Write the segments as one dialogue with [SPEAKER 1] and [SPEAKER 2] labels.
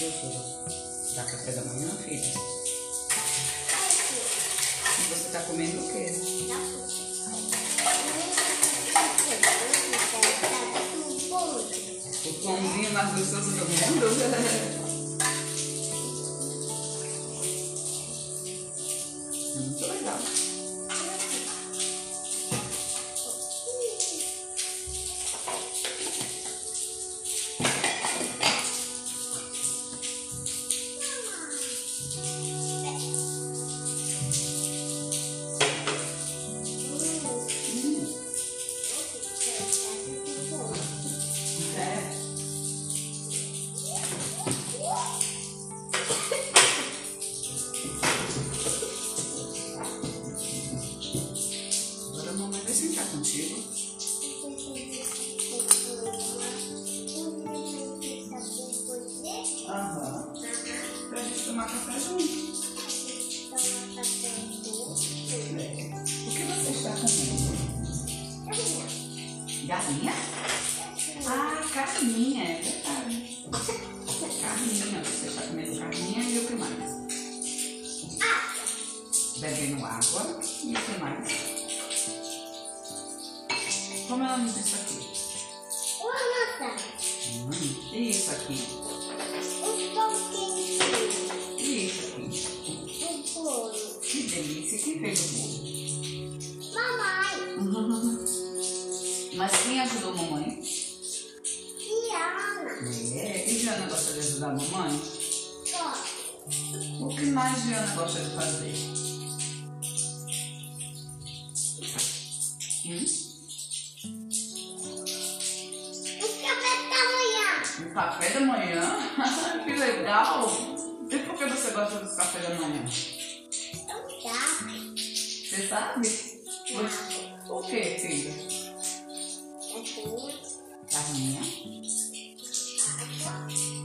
[SPEAKER 1] professora dá café da manhã, filha? E você tá comendo o quê? O pãozinho mais gostoso do mundo? É muito legal. Hum, é. Agora a mamãe vai sentar contigo. Aham. Pra gente tomar café junto. É. O que você está comendo? Galinha? Ah, carninha, é verdade. Carninha, você está comendo carninha e o que mais? Bebendo água e o que mais? Como é o nome disso aqui? Hum, e isso aqui? E isso aqui? Que delícia, quem fez o bolo?
[SPEAKER 2] Mamãe,
[SPEAKER 1] Mas quem ajudou a mamãe?
[SPEAKER 2] Diana,
[SPEAKER 1] É, e Jana gosta de ajudar a mamãe?
[SPEAKER 2] ó,
[SPEAKER 1] O que mais Diana gosta de fazer? Hum?
[SPEAKER 2] o café
[SPEAKER 1] Um café
[SPEAKER 2] da manhã.
[SPEAKER 1] da manhã? que legal! E por que você gosta do café da manhã?
[SPEAKER 2] Então tá,
[SPEAKER 1] Você sabe? Você- O que, filha?
[SPEAKER 2] assim.
[SPEAKER 1] Carninha?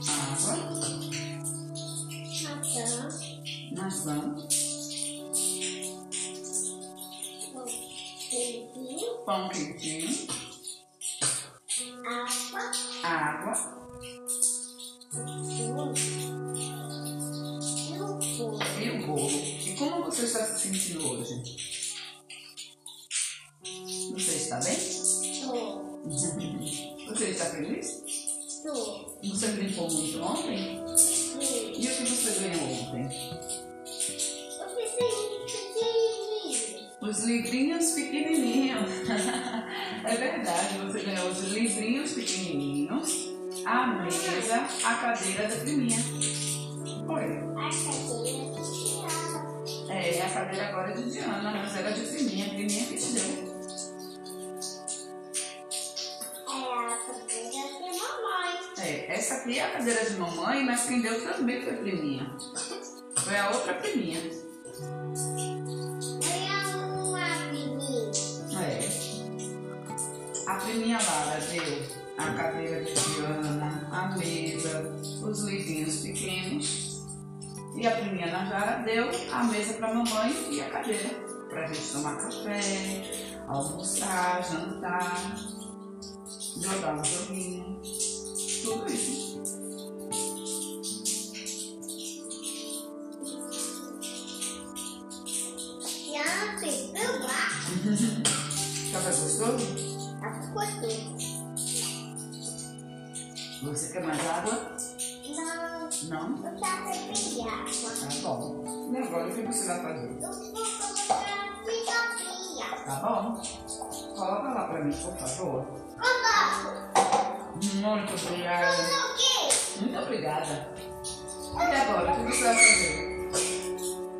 [SPEAKER 1] Água?
[SPEAKER 2] Maçã,
[SPEAKER 1] Maçã?
[SPEAKER 2] queijinho,
[SPEAKER 1] Pão quentinho?
[SPEAKER 2] água,
[SPEAKER 1] Água?
[SPEAKER 2] suco e o bolo.
[SPEAKER 1] E o bolo? E como você está se sentindo hoje? Você está tá bem?
[SPEAKER 2] Tô,
[SPEAKER 1] Você está feliz?
[SPEAKER 2] tô,
[SPEAKER 1] Você brincou muito ontem?
[SPEAKER 2] tô.
[SPEAKER 1] E o que você ganhou ontem?
[SPEAKER 2] Eu pensei pequenininho.
[SPEAKER 1] Os livrinhos pequenininhos. é verdade, você ganhou os livrinhos pequenininhos, a mesa, a cadeira da priminha. Foi.
[SPEAKER 2] A cadeira de Diana.
[SPEAKER 1] É, a cadeira agora é de Diana, mas era de priminha, a priminha que te deu.
[SPEAKER 2] É a cadeira de mamãe.
[SPEAKER 1] É, essa aqui é a cadeira de mamãe, mas quem deu também foi a priminha. Foi a outra priminha.
[SPEAKER 2] Ganhar uma menina.
[SPEAKER 1] É. A priminha Lara deu a cadeira de Diana, a mesa, os livrinhos pequenos. E a priminha Najara deu a mesa para mamãe e a cadeira. Pra gente tomar café, almoçar, jantar, jogar um joguinho. Tudo isso.
[SPEAKER 2] Diana fez meu ar.
[SPEAKER 1] Café gostoso?
[SPEAKER 2] Ela ficou assim.
[SPEAKER 1] Você quer mais água?
[SPEAKER 2] Não,
[SPEAKER 1] Não?
[SPEAKER 2] eu tava sem água.
[SPEAKER 1] Tá bom. E agora o que você vai fazer?
[SPEAKER 2] Eu vou colocar vida fria.
[SPEAKER 1] Tá bom? Coloca lá pra mim, por favor.
[SPEAKER 2] Coloco.
[SPEAKER 1] Muito obrigada.
[SPEAKER 2] Não, o quê?
[SPEAKER 1] Muito obrigada. E agora, o que você vai fazer?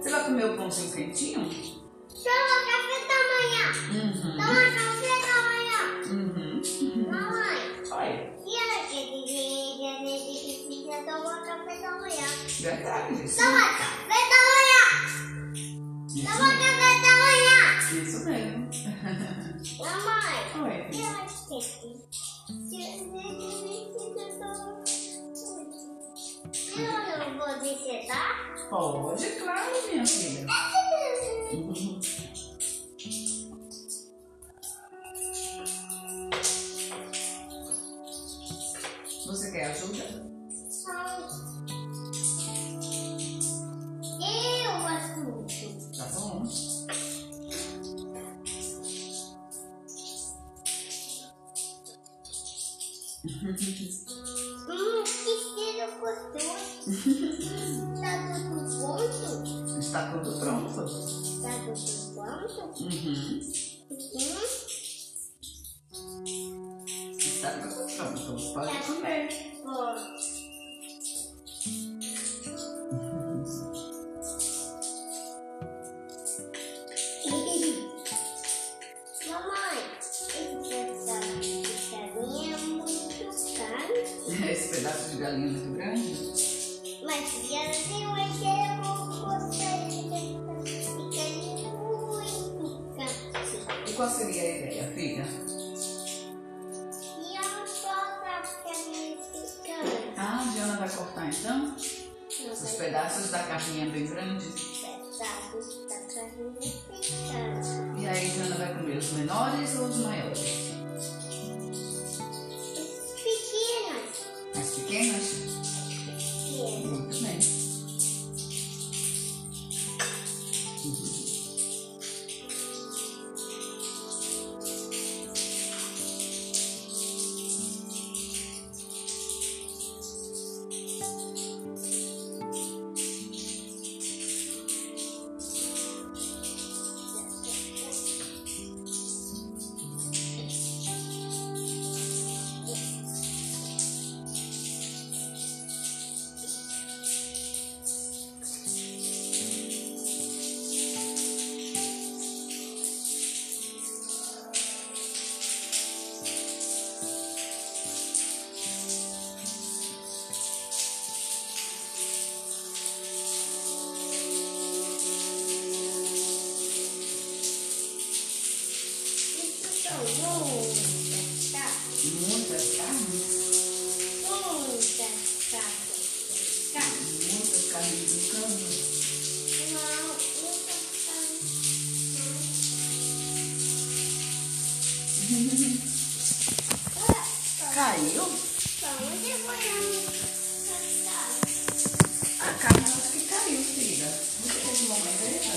[SPEAKER 1] Você vai comer o pãozinho quentinho?
[SPEAKER 2] Toma café da manhã.
[SPEAKER 1] Uhum.
[SPEAKER 2] Toma café da manhã.
[SPEAKER 1] Uhum.
[SPEAKER 2] Mamãe,
[SPEAKER 1] Olha,
[SPEAKER 2] tira que direita, precisa tomar café da manhã.
[SPEAKER 1] verdade isso.
[SPEAKER 2] Toma café da manhã.
[SPEAKER 1] Isso,
[SPEAKER 2] Toma café da manhã.
[SPEAKER 1] isso mesmo.
[SPEAKER 2] Mamãe,
[SPEAKER 1] Olha,
[SPEAKER 2] tira que eu não vou dizer, tá?
[SPEAKER 1] pode, claro, minha filha. Uhum. Você quer ajuda?
[SPEAKER 2] Só
[SPEAKER 1] Tá
[SPEAKER 2] Hum, que cheiro gostoso. Tá
[SPEAKER 1] Está tudo
[SPEAKER 2] tudo pronto?
[SPEAKER 1] pronto?
[SPEAKER 2] Tá tudo pronto?
[SPEAKER 1] Uhum.
[SPEAKER 2] Hum,
[SPEAKER 1] Está tudo pronto. Pode É comer.
[SPEAKER 2] bom. Mamãe, esse pedaço de galinha é muito caro.
[SPEAKER 1] Esse pedaço Um de galinha é muito grande?
[SPEAKER 2] Mas criança, hoje eu vou gostar de ficar muito caro.
[SPEAKER 1] E qual seria a ideia, filha?
[SPEAKER 2] E eu não posso ficar muito caro.
[SPEAKER 1] Ah, a Diana vai cortar então? Os
[SPEAKER 2] Não vai
[SPEAKER 1] pedaços da carninha bem grande.
[SPEAKER 2] Pedaços da carne picada.
[SPEAKER 1] E aí, Diana vai comer os menores ou os maiores?
[SPEAKER 2] Pequenas.
[SPEAKER 1] As pequenas?
[SPEAKER 2] Pequenas.
[SPEAKER 1] Muito bem.
[SPEAKER 2] Isso são muitas capas.
[SPEAKER 1] Muitas carnes?
[SPEAKER 2] Muitas capas. Capas.
[SPEAKER 1] Muitas carnes no cano?
[SPEAKER 2] Não, muitas capas. Ah,
[SPEAKER 1] Caiu?
[SPEAKER 2] Pra onde eu vou ir?
[SPEAKER 1] A carne acho que caiu, filha. Você quer de uma madeira?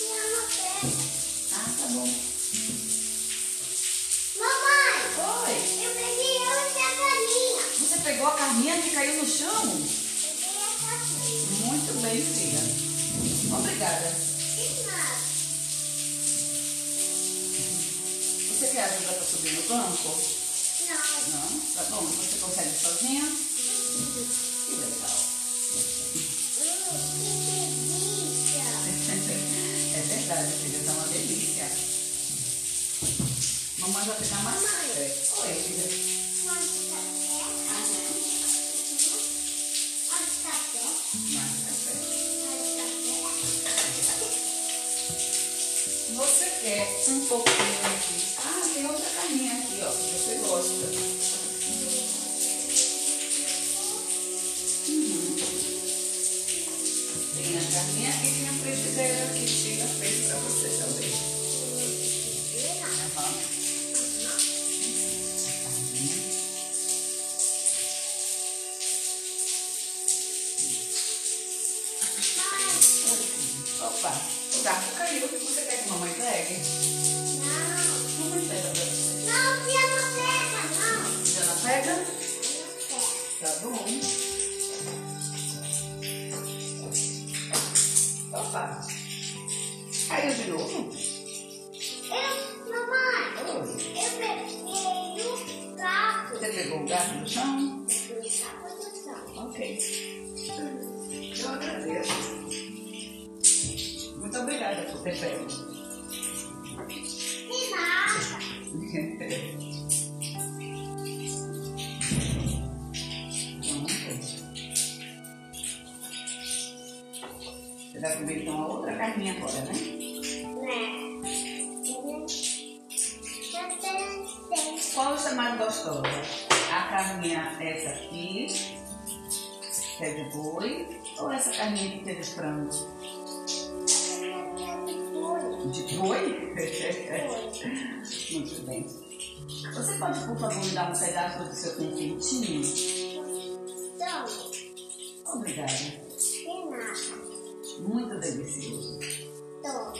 [SPEAKER 2] E a mofeta.
[SPEAKER 1] Ah, tá bom.
[SPEAKER 2] Mamãe,
[SPEAKER 1] Oi!
[SPEAKER 2] eu peguei outra galinha.
[SPEAKER 1] Você pegou a carninha que caiu no chão?
[SPEAKER 2] Peguei essa aqui.
[SPEAKER 1] Muito bem, filha. Obrigada.
[SPEAKER 2] Que mais?
[SPEAKER 1] Você quer ajuda para subir no banco?
[SPEAKER 2] Não.
[SPEAKER 1] Não? Tá bom? Você consegue sozinha? Que legal.
[SPEAKER 2] Hum, que delícia.
[SPEAKER 1] É verdade, filha, tá uma delícia. Mamãe vai pegar mais
[SPEAKER 2] Mamãe.
[SPEAKER 1] café. Oi, filha.
[SPEAKER 2] Mais café? Mais café?
[SPEAKER 1] Mais café.
[SPEAKER 2] Mais
[SPEAKER 1] Você quer um pouquinho aqui? Ah, tem outra carninha aqui, ó, que você gosta. Uhum. Tem a carninha e tem a frigideira que Tia fez pra você também. tá
[SPEAKER 2] café?
[SPEAKER 1] Aham.
[SPEAKER 2] Mas,
[SPEAKER 1] Opa, o garfo caiu. Você quer que mamãe pegue?
[SPEAKER 2] não.
[SPEAKER 1] Mamãe pega pra você.
[SPEAKER 2] Não, tia, não pega, não.
[SPEAKER 1] Jana pega?
[SPEAKER 2] Não pega.
[SPEAKER 1] Tá bom. Opa, caiu de novo?
[SPEAKER 2] Eu, mamãe,
[SPEAKER 1] Oi.
[SPEAKER 2] eu peguei o carro.
[SPEAKER 1] Você pegou o garfo no chão?
[SPEAKER 2] Mamãe,
[SPEAKER 1] Ok. Eu agradeço. Muito obrigada por ter pego.
[SPEAKER 2] de nada.
[SPEAKER 1] Você vai comer então a outra carninha agora, né?
[SPEAKER 2] Né? Tcharam,
[SPEAKER 1] Qual é a mais gostosa? A carninha essa aqui, que é de boi, ou essa carninha que tem de frango?
[SPEAKER 2] tcharam, tcharam.
[SPEAKER 1] De boi? Muito bem. Você pode, por favor, me dar um pedaço do seu confeitinho?
[SPEAKER 2] Então,
[SPEAKER 1] Obrigada.
[SPEAKER 2] de nada.
[SPEAKER 1] Muito delicioso.
[SPEAKER 2] Então,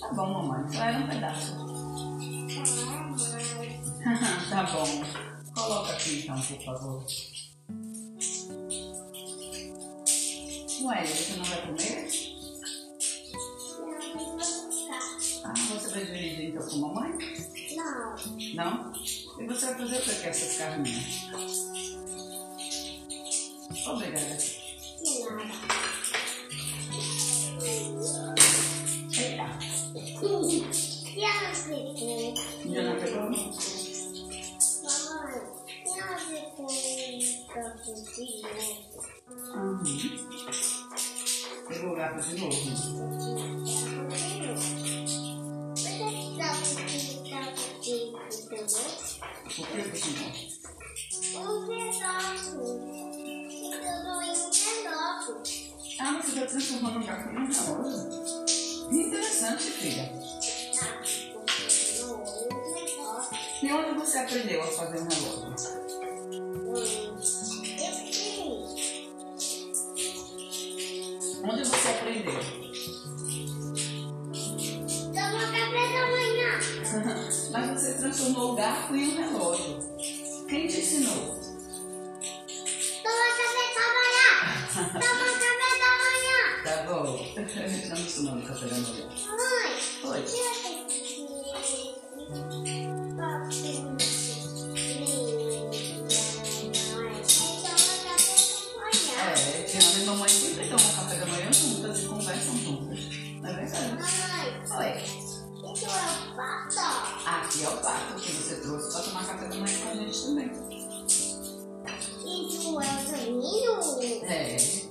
[SPEAKER 1] Tá bom, mamãe, só era um pedaço.
[SPEAKER 2] Mamãe.
[SPEAKER 1] tá bom. Coloca aqui então, por favor. Ué, você não vai comer?
[SPEAKER 2] Não, eu vou buscar.
[SPEAKER 1] Ah, você vai dividir então com a mamãe?
[SPEAKER 2] Não.
[SPEAKER 1] Não? E você vai fazer o que com essas carninhas? Obrigada.
[SPEAKER 2] De nada.
[SPEAKER 1] Eita,
[SPEAKER 2] E ela ficou.
[SPEAKER 1] ainda não pegou?
[SPEAKER 2] Mamãe, e ela ficou um campo de novo.
[SPEAKER 1] Uhum. Pegou o gato de novo. Por que você não? Ah, mas você está transformando um gato num relógio? Interessante, filha. E onde você aprendeu a fazer um relógio? Onde você aprendeu? Mas você transformou o gato em um relógio. Quem te ensinou? Tá bom. Estamos ensinando café da manhã. Oi. É, Tiana e mamãe sempre tomam café da manhã juntas e conversam juntas. Não é verdade? Oi. Aqui é o pato que você trouxe para tomar café da manhã com a gente também. É. Oi. É o soninho, filha. É. Uhum.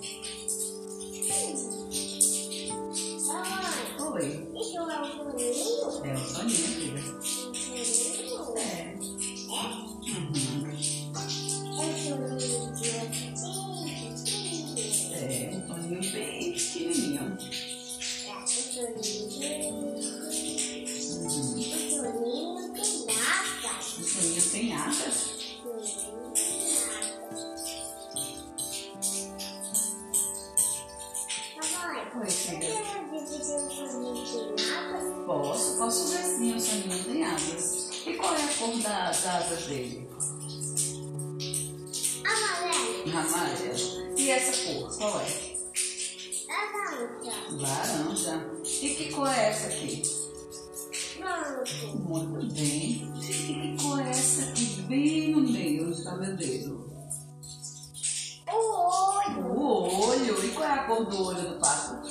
[SPEAKER 1] É, um soninho bem pequenininho. Uhum. O soninho tem asas. Oi, filha. Posso, posso ver sim, o soninho tem asas. E qual é a cor da- das asas dele? Amarelo. E essa cor, qual é? Laranja. E que cor é essa aqui? Muito bem. E que cor é essa aqui? Bem no meio, onde está meu dedo. O olho. E qual é a cor do olho do pato?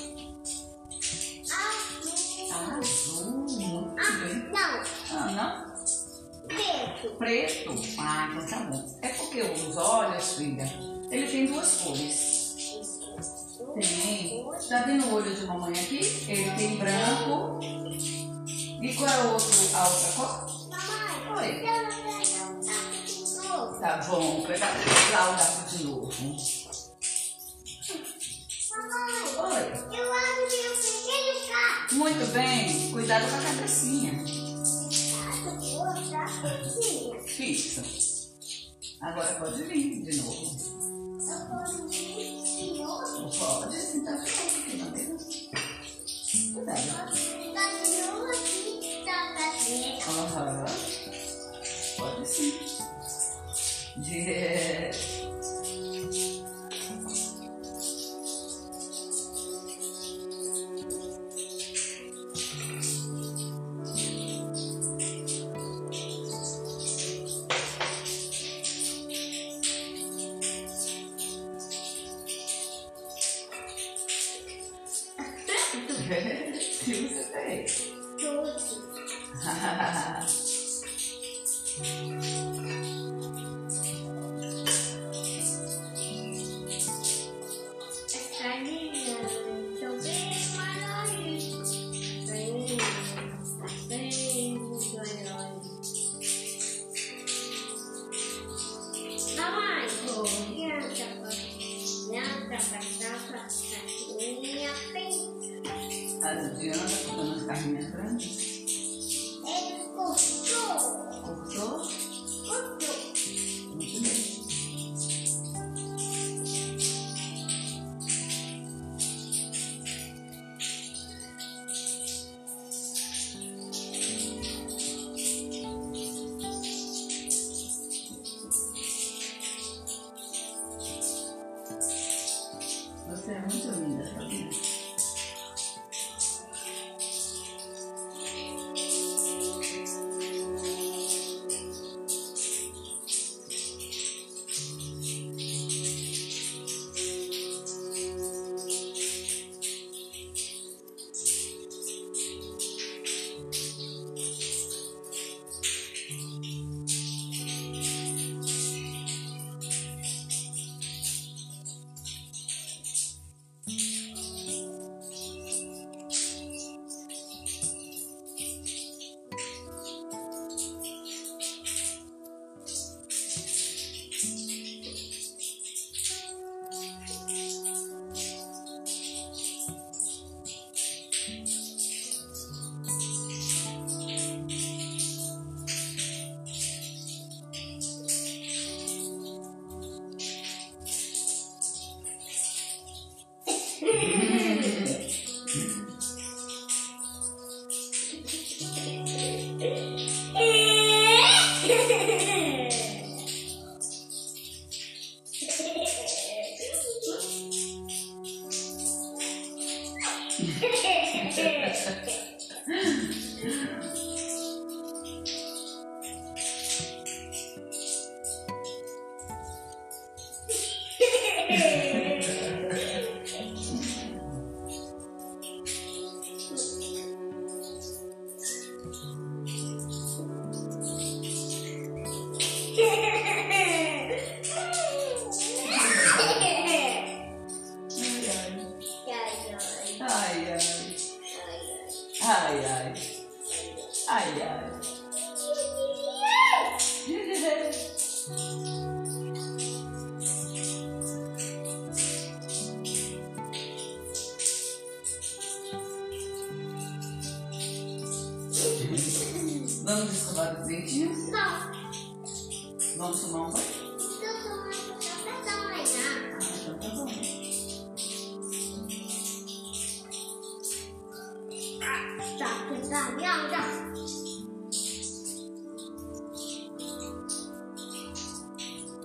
[SPEAKER 1] Azul. Muito bem. Ah, não? Preto. Ah, então tá bom. É porque os olhos, filha, ele tem duas cores. Tem. Tá vendo o olho de mamãe aqui? Ele tem branco. E qual é o outro, a outra cor? Oi. Tá bom. Pega lá o gato de novo. Oi. Muito bem, cuidado com a cabecinha.
[SPEAKER 2] Tá?
[SPEAKER 1] Fixa. Agora pode vir de novo. Pode sentar fica aqui na mesa. Cuidado. Aham. Pode sim. Yeah. Que você tá tem? Adianta, ficando as carrinhas grandes. Cortou? Muito bem. é Ai,
[SPEAKER 2] Ai,
[SPEAKER 1] ai.
[SPEAKER 2] ai,
[SPEAKER 1] Ai, ai.
[SPEAKER 2] ai, ai.
[SPEAKER 1] Ai, ai. Ai, ai. Vamos escovar os dentinhos?
[SPEAKER 2] Não,
[SPEAKER 1] Vamos tomar um banho?
[SPEAKER 2] então não vai ficar pra amanhã.
[SPEAKER 1] Ah, então tá bom.
[SPEAKER 2] Tá, tá, não, não.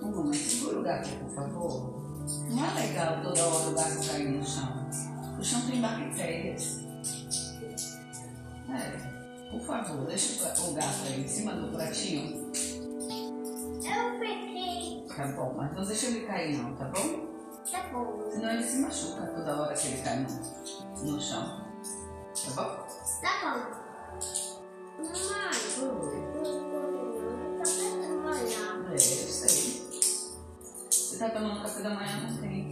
[SPEAKER 1] Mamãe, Um segura o gato, por favor. Não é legal toda hora o gato cair no chão. O chão tem bactérias. É. Por favor, deixa o pra- o gato aí em cima do pratinho.
[SPEAKER 2] Eu peguei.
[SPEAKER 1] Tá bom, mas não deixa ele cair não, tá bom?
[SPEAKER 2] Tá bom.
[SPEAKER 1] Senão ele se machuca toda hora que ele cai no, no chão. Tá bom?
[SPEAKER 2] Tá bom. Mamãe.
[SPEAKER 1] Oi. É, eu sei. Você tá tomando café da manhã? Não tem.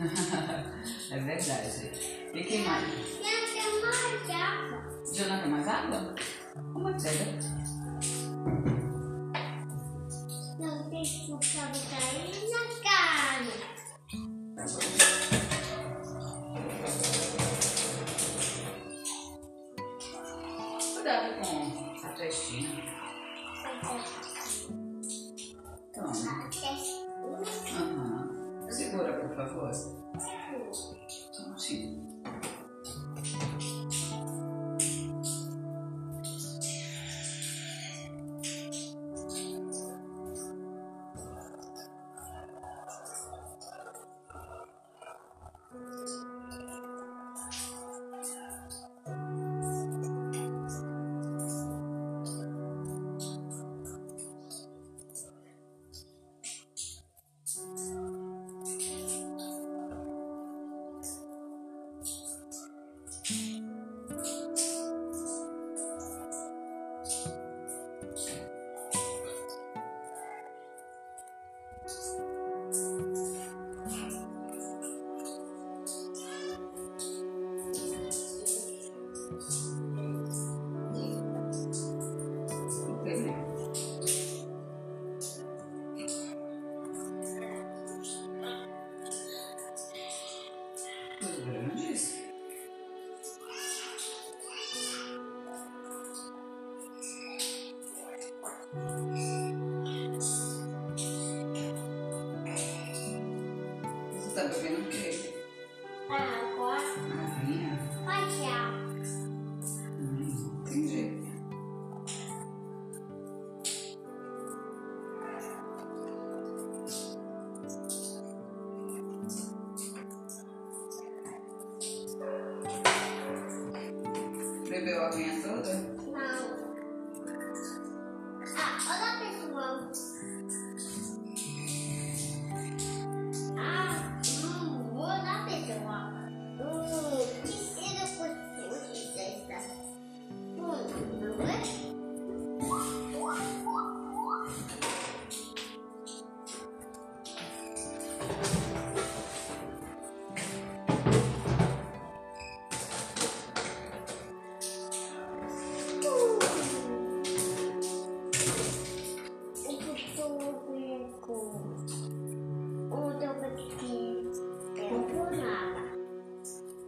[SPEAKER 1] é verdade. E quem mais? Jonathan, mais água? Uma pedra. Tá bom. Cuidado com a testinha. Toma. Aham. Segura, por favor. um Sim. Entendeu? Tudo grande isso? Você tá bebendo o quê? Aguinha? Hum, Entendi. Bebeu a aguinha toda?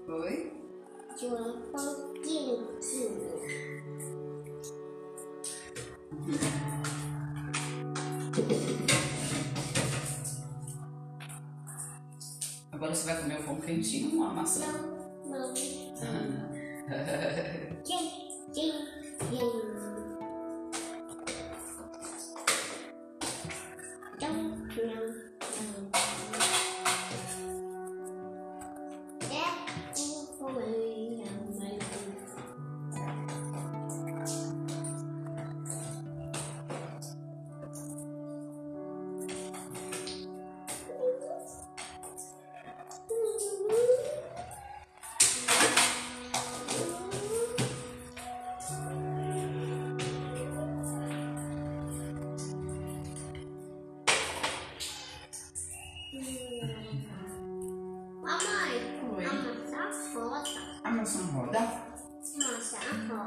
[SPEAKER 1] Oi?
[SPEAKER 2] De um pouquinho.
[SPEAKER 1] Agora você vai comer o pão quentinho ou a maçã?
[SPEAKER 2] Não, não. Quem? Quem? Quem? Então, não. É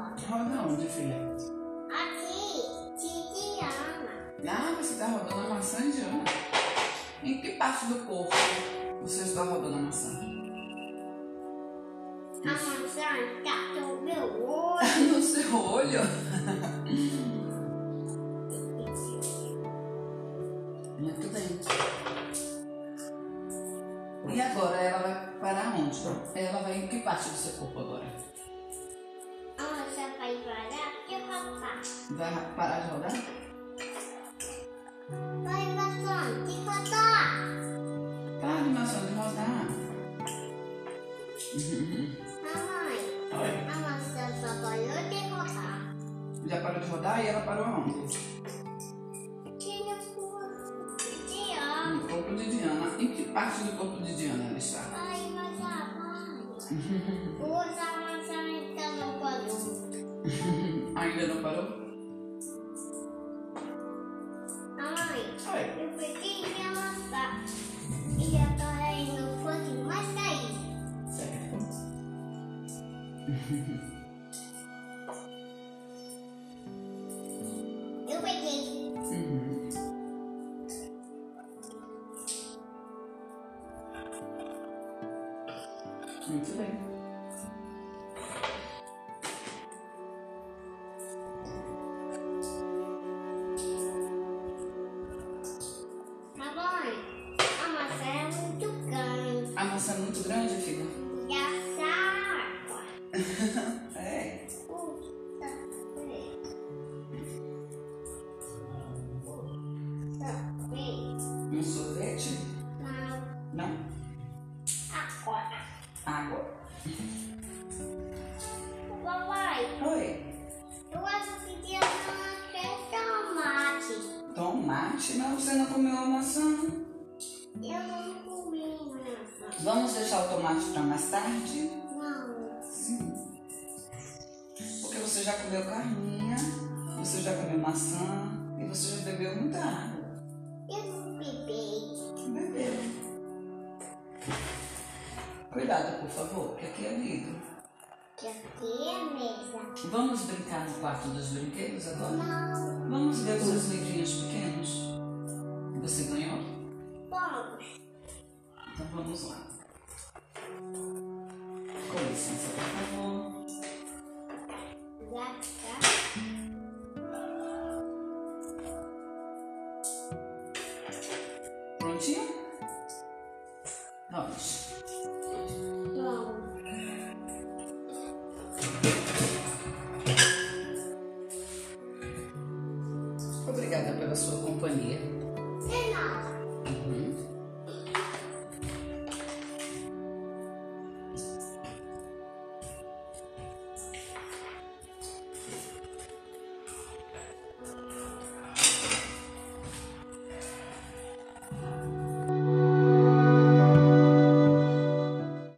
[SPEAKER 1] tá maçã de Ana. Em que parte do corpo você está rodando a maçã?
[SPEAKER 2] A maçã tá no meu olho.
[SPEAKER 1] No seu olho? Muito bem. E agora ela vai parar onde? Ela vai em que parte do seu corpo agora?
[SPEAKER 2] A maçã vai parar e rapar.
[SPEAKER 1] Vai parar de rodar?
[SPEAKER 2] Vai, maçã, te contar.
[SPEAKER 1] Para de maçã de rodar.
[SPEAKER 2] Mamãe,
[SPEAKER 1] Olha.
[SPEAKER 2] a maçã só parou de contar.
[SPEAKER 1] Já parou de rodar e ela parou aonde?
[SPEAKER 2] Tira o corpo. Tira.
[SPEAKER 1] No corpo de Diana. Em que parte do corpo de Diana ela está?
[SPEAKER 2] Vai, maçã, vai. Usa a maçã então não parou.
[SPEAKER 1] Ainda não parou?
[SPEAKER 2] Mamãe.
[SPEAKER 1] Oi.
[SPEAKER 2] Eu peguei minha maçã e a torre ainda não fosse mais cair.
[SPEAKER 1] Certo.
[SPEAKER 2] Eu peguei.
[SPEAKER 1] Uhum. Muito bem.
[SPEAKER 2] Mamãe, a maçã é muito grande.
[SPEAKER 1] A maçã é muito grande, filha?
[SPEAKER 2] E essa água.
[SPEAKER 1] É.
[SPEAKER 2] Puta, três. Puta, três.
[SPEAKER 1] Um sorvete?
[SPEAKER 2] Não,
[SPEAKER 1] Não.
[SPEAKER 2] agora.
[SPEAKER 1] Água.
[SPEAKER 2] Papai,
[SPEAKER 1] Oi.
[SPEAKER 2] eu acho que tinha uma questão, mate.
[SPEAKER 1] Tomate? Mas você não comeu a maçã.
[SPEAKER 2] Eu não comi nada.
[SPEAKER 1] Vamos deixar o tomate para mais tarde?
[SPEAKER 2] Não.
[SPEAKER 1] Sim. Porque você já comeu carninha, você já comeu maçã e você já bebeu muita água.
[SPEAKER 2] Eu não bebi.
[SPEAKER 1] Bebeu. Cuidado, por favor, que aqui é vidro.
[SPEAKER 2] Que aqui é a mesa.
[SPEAKER 1] Vamos brincar no quarto dos brinquedos agora?
[SPEAKER 2] Não
[SPEAKER 1] Vamos ver os seus livrinhos pequenos. Você ganhou?
[SPEAKER 2] vamos.
[SPEAKER 1] Então vamos lá. Com licença, por favor.
[SPEAKER 2] Gata.
[SPEAKER 1] Prontinho? Tá Vamos.
[SPEAKER 2] Vamos.
[SPEAKER 1] Obrigada pela sua companhia.
[SPEAKER 2] De nada.
[SPEAKER 1] Uhum.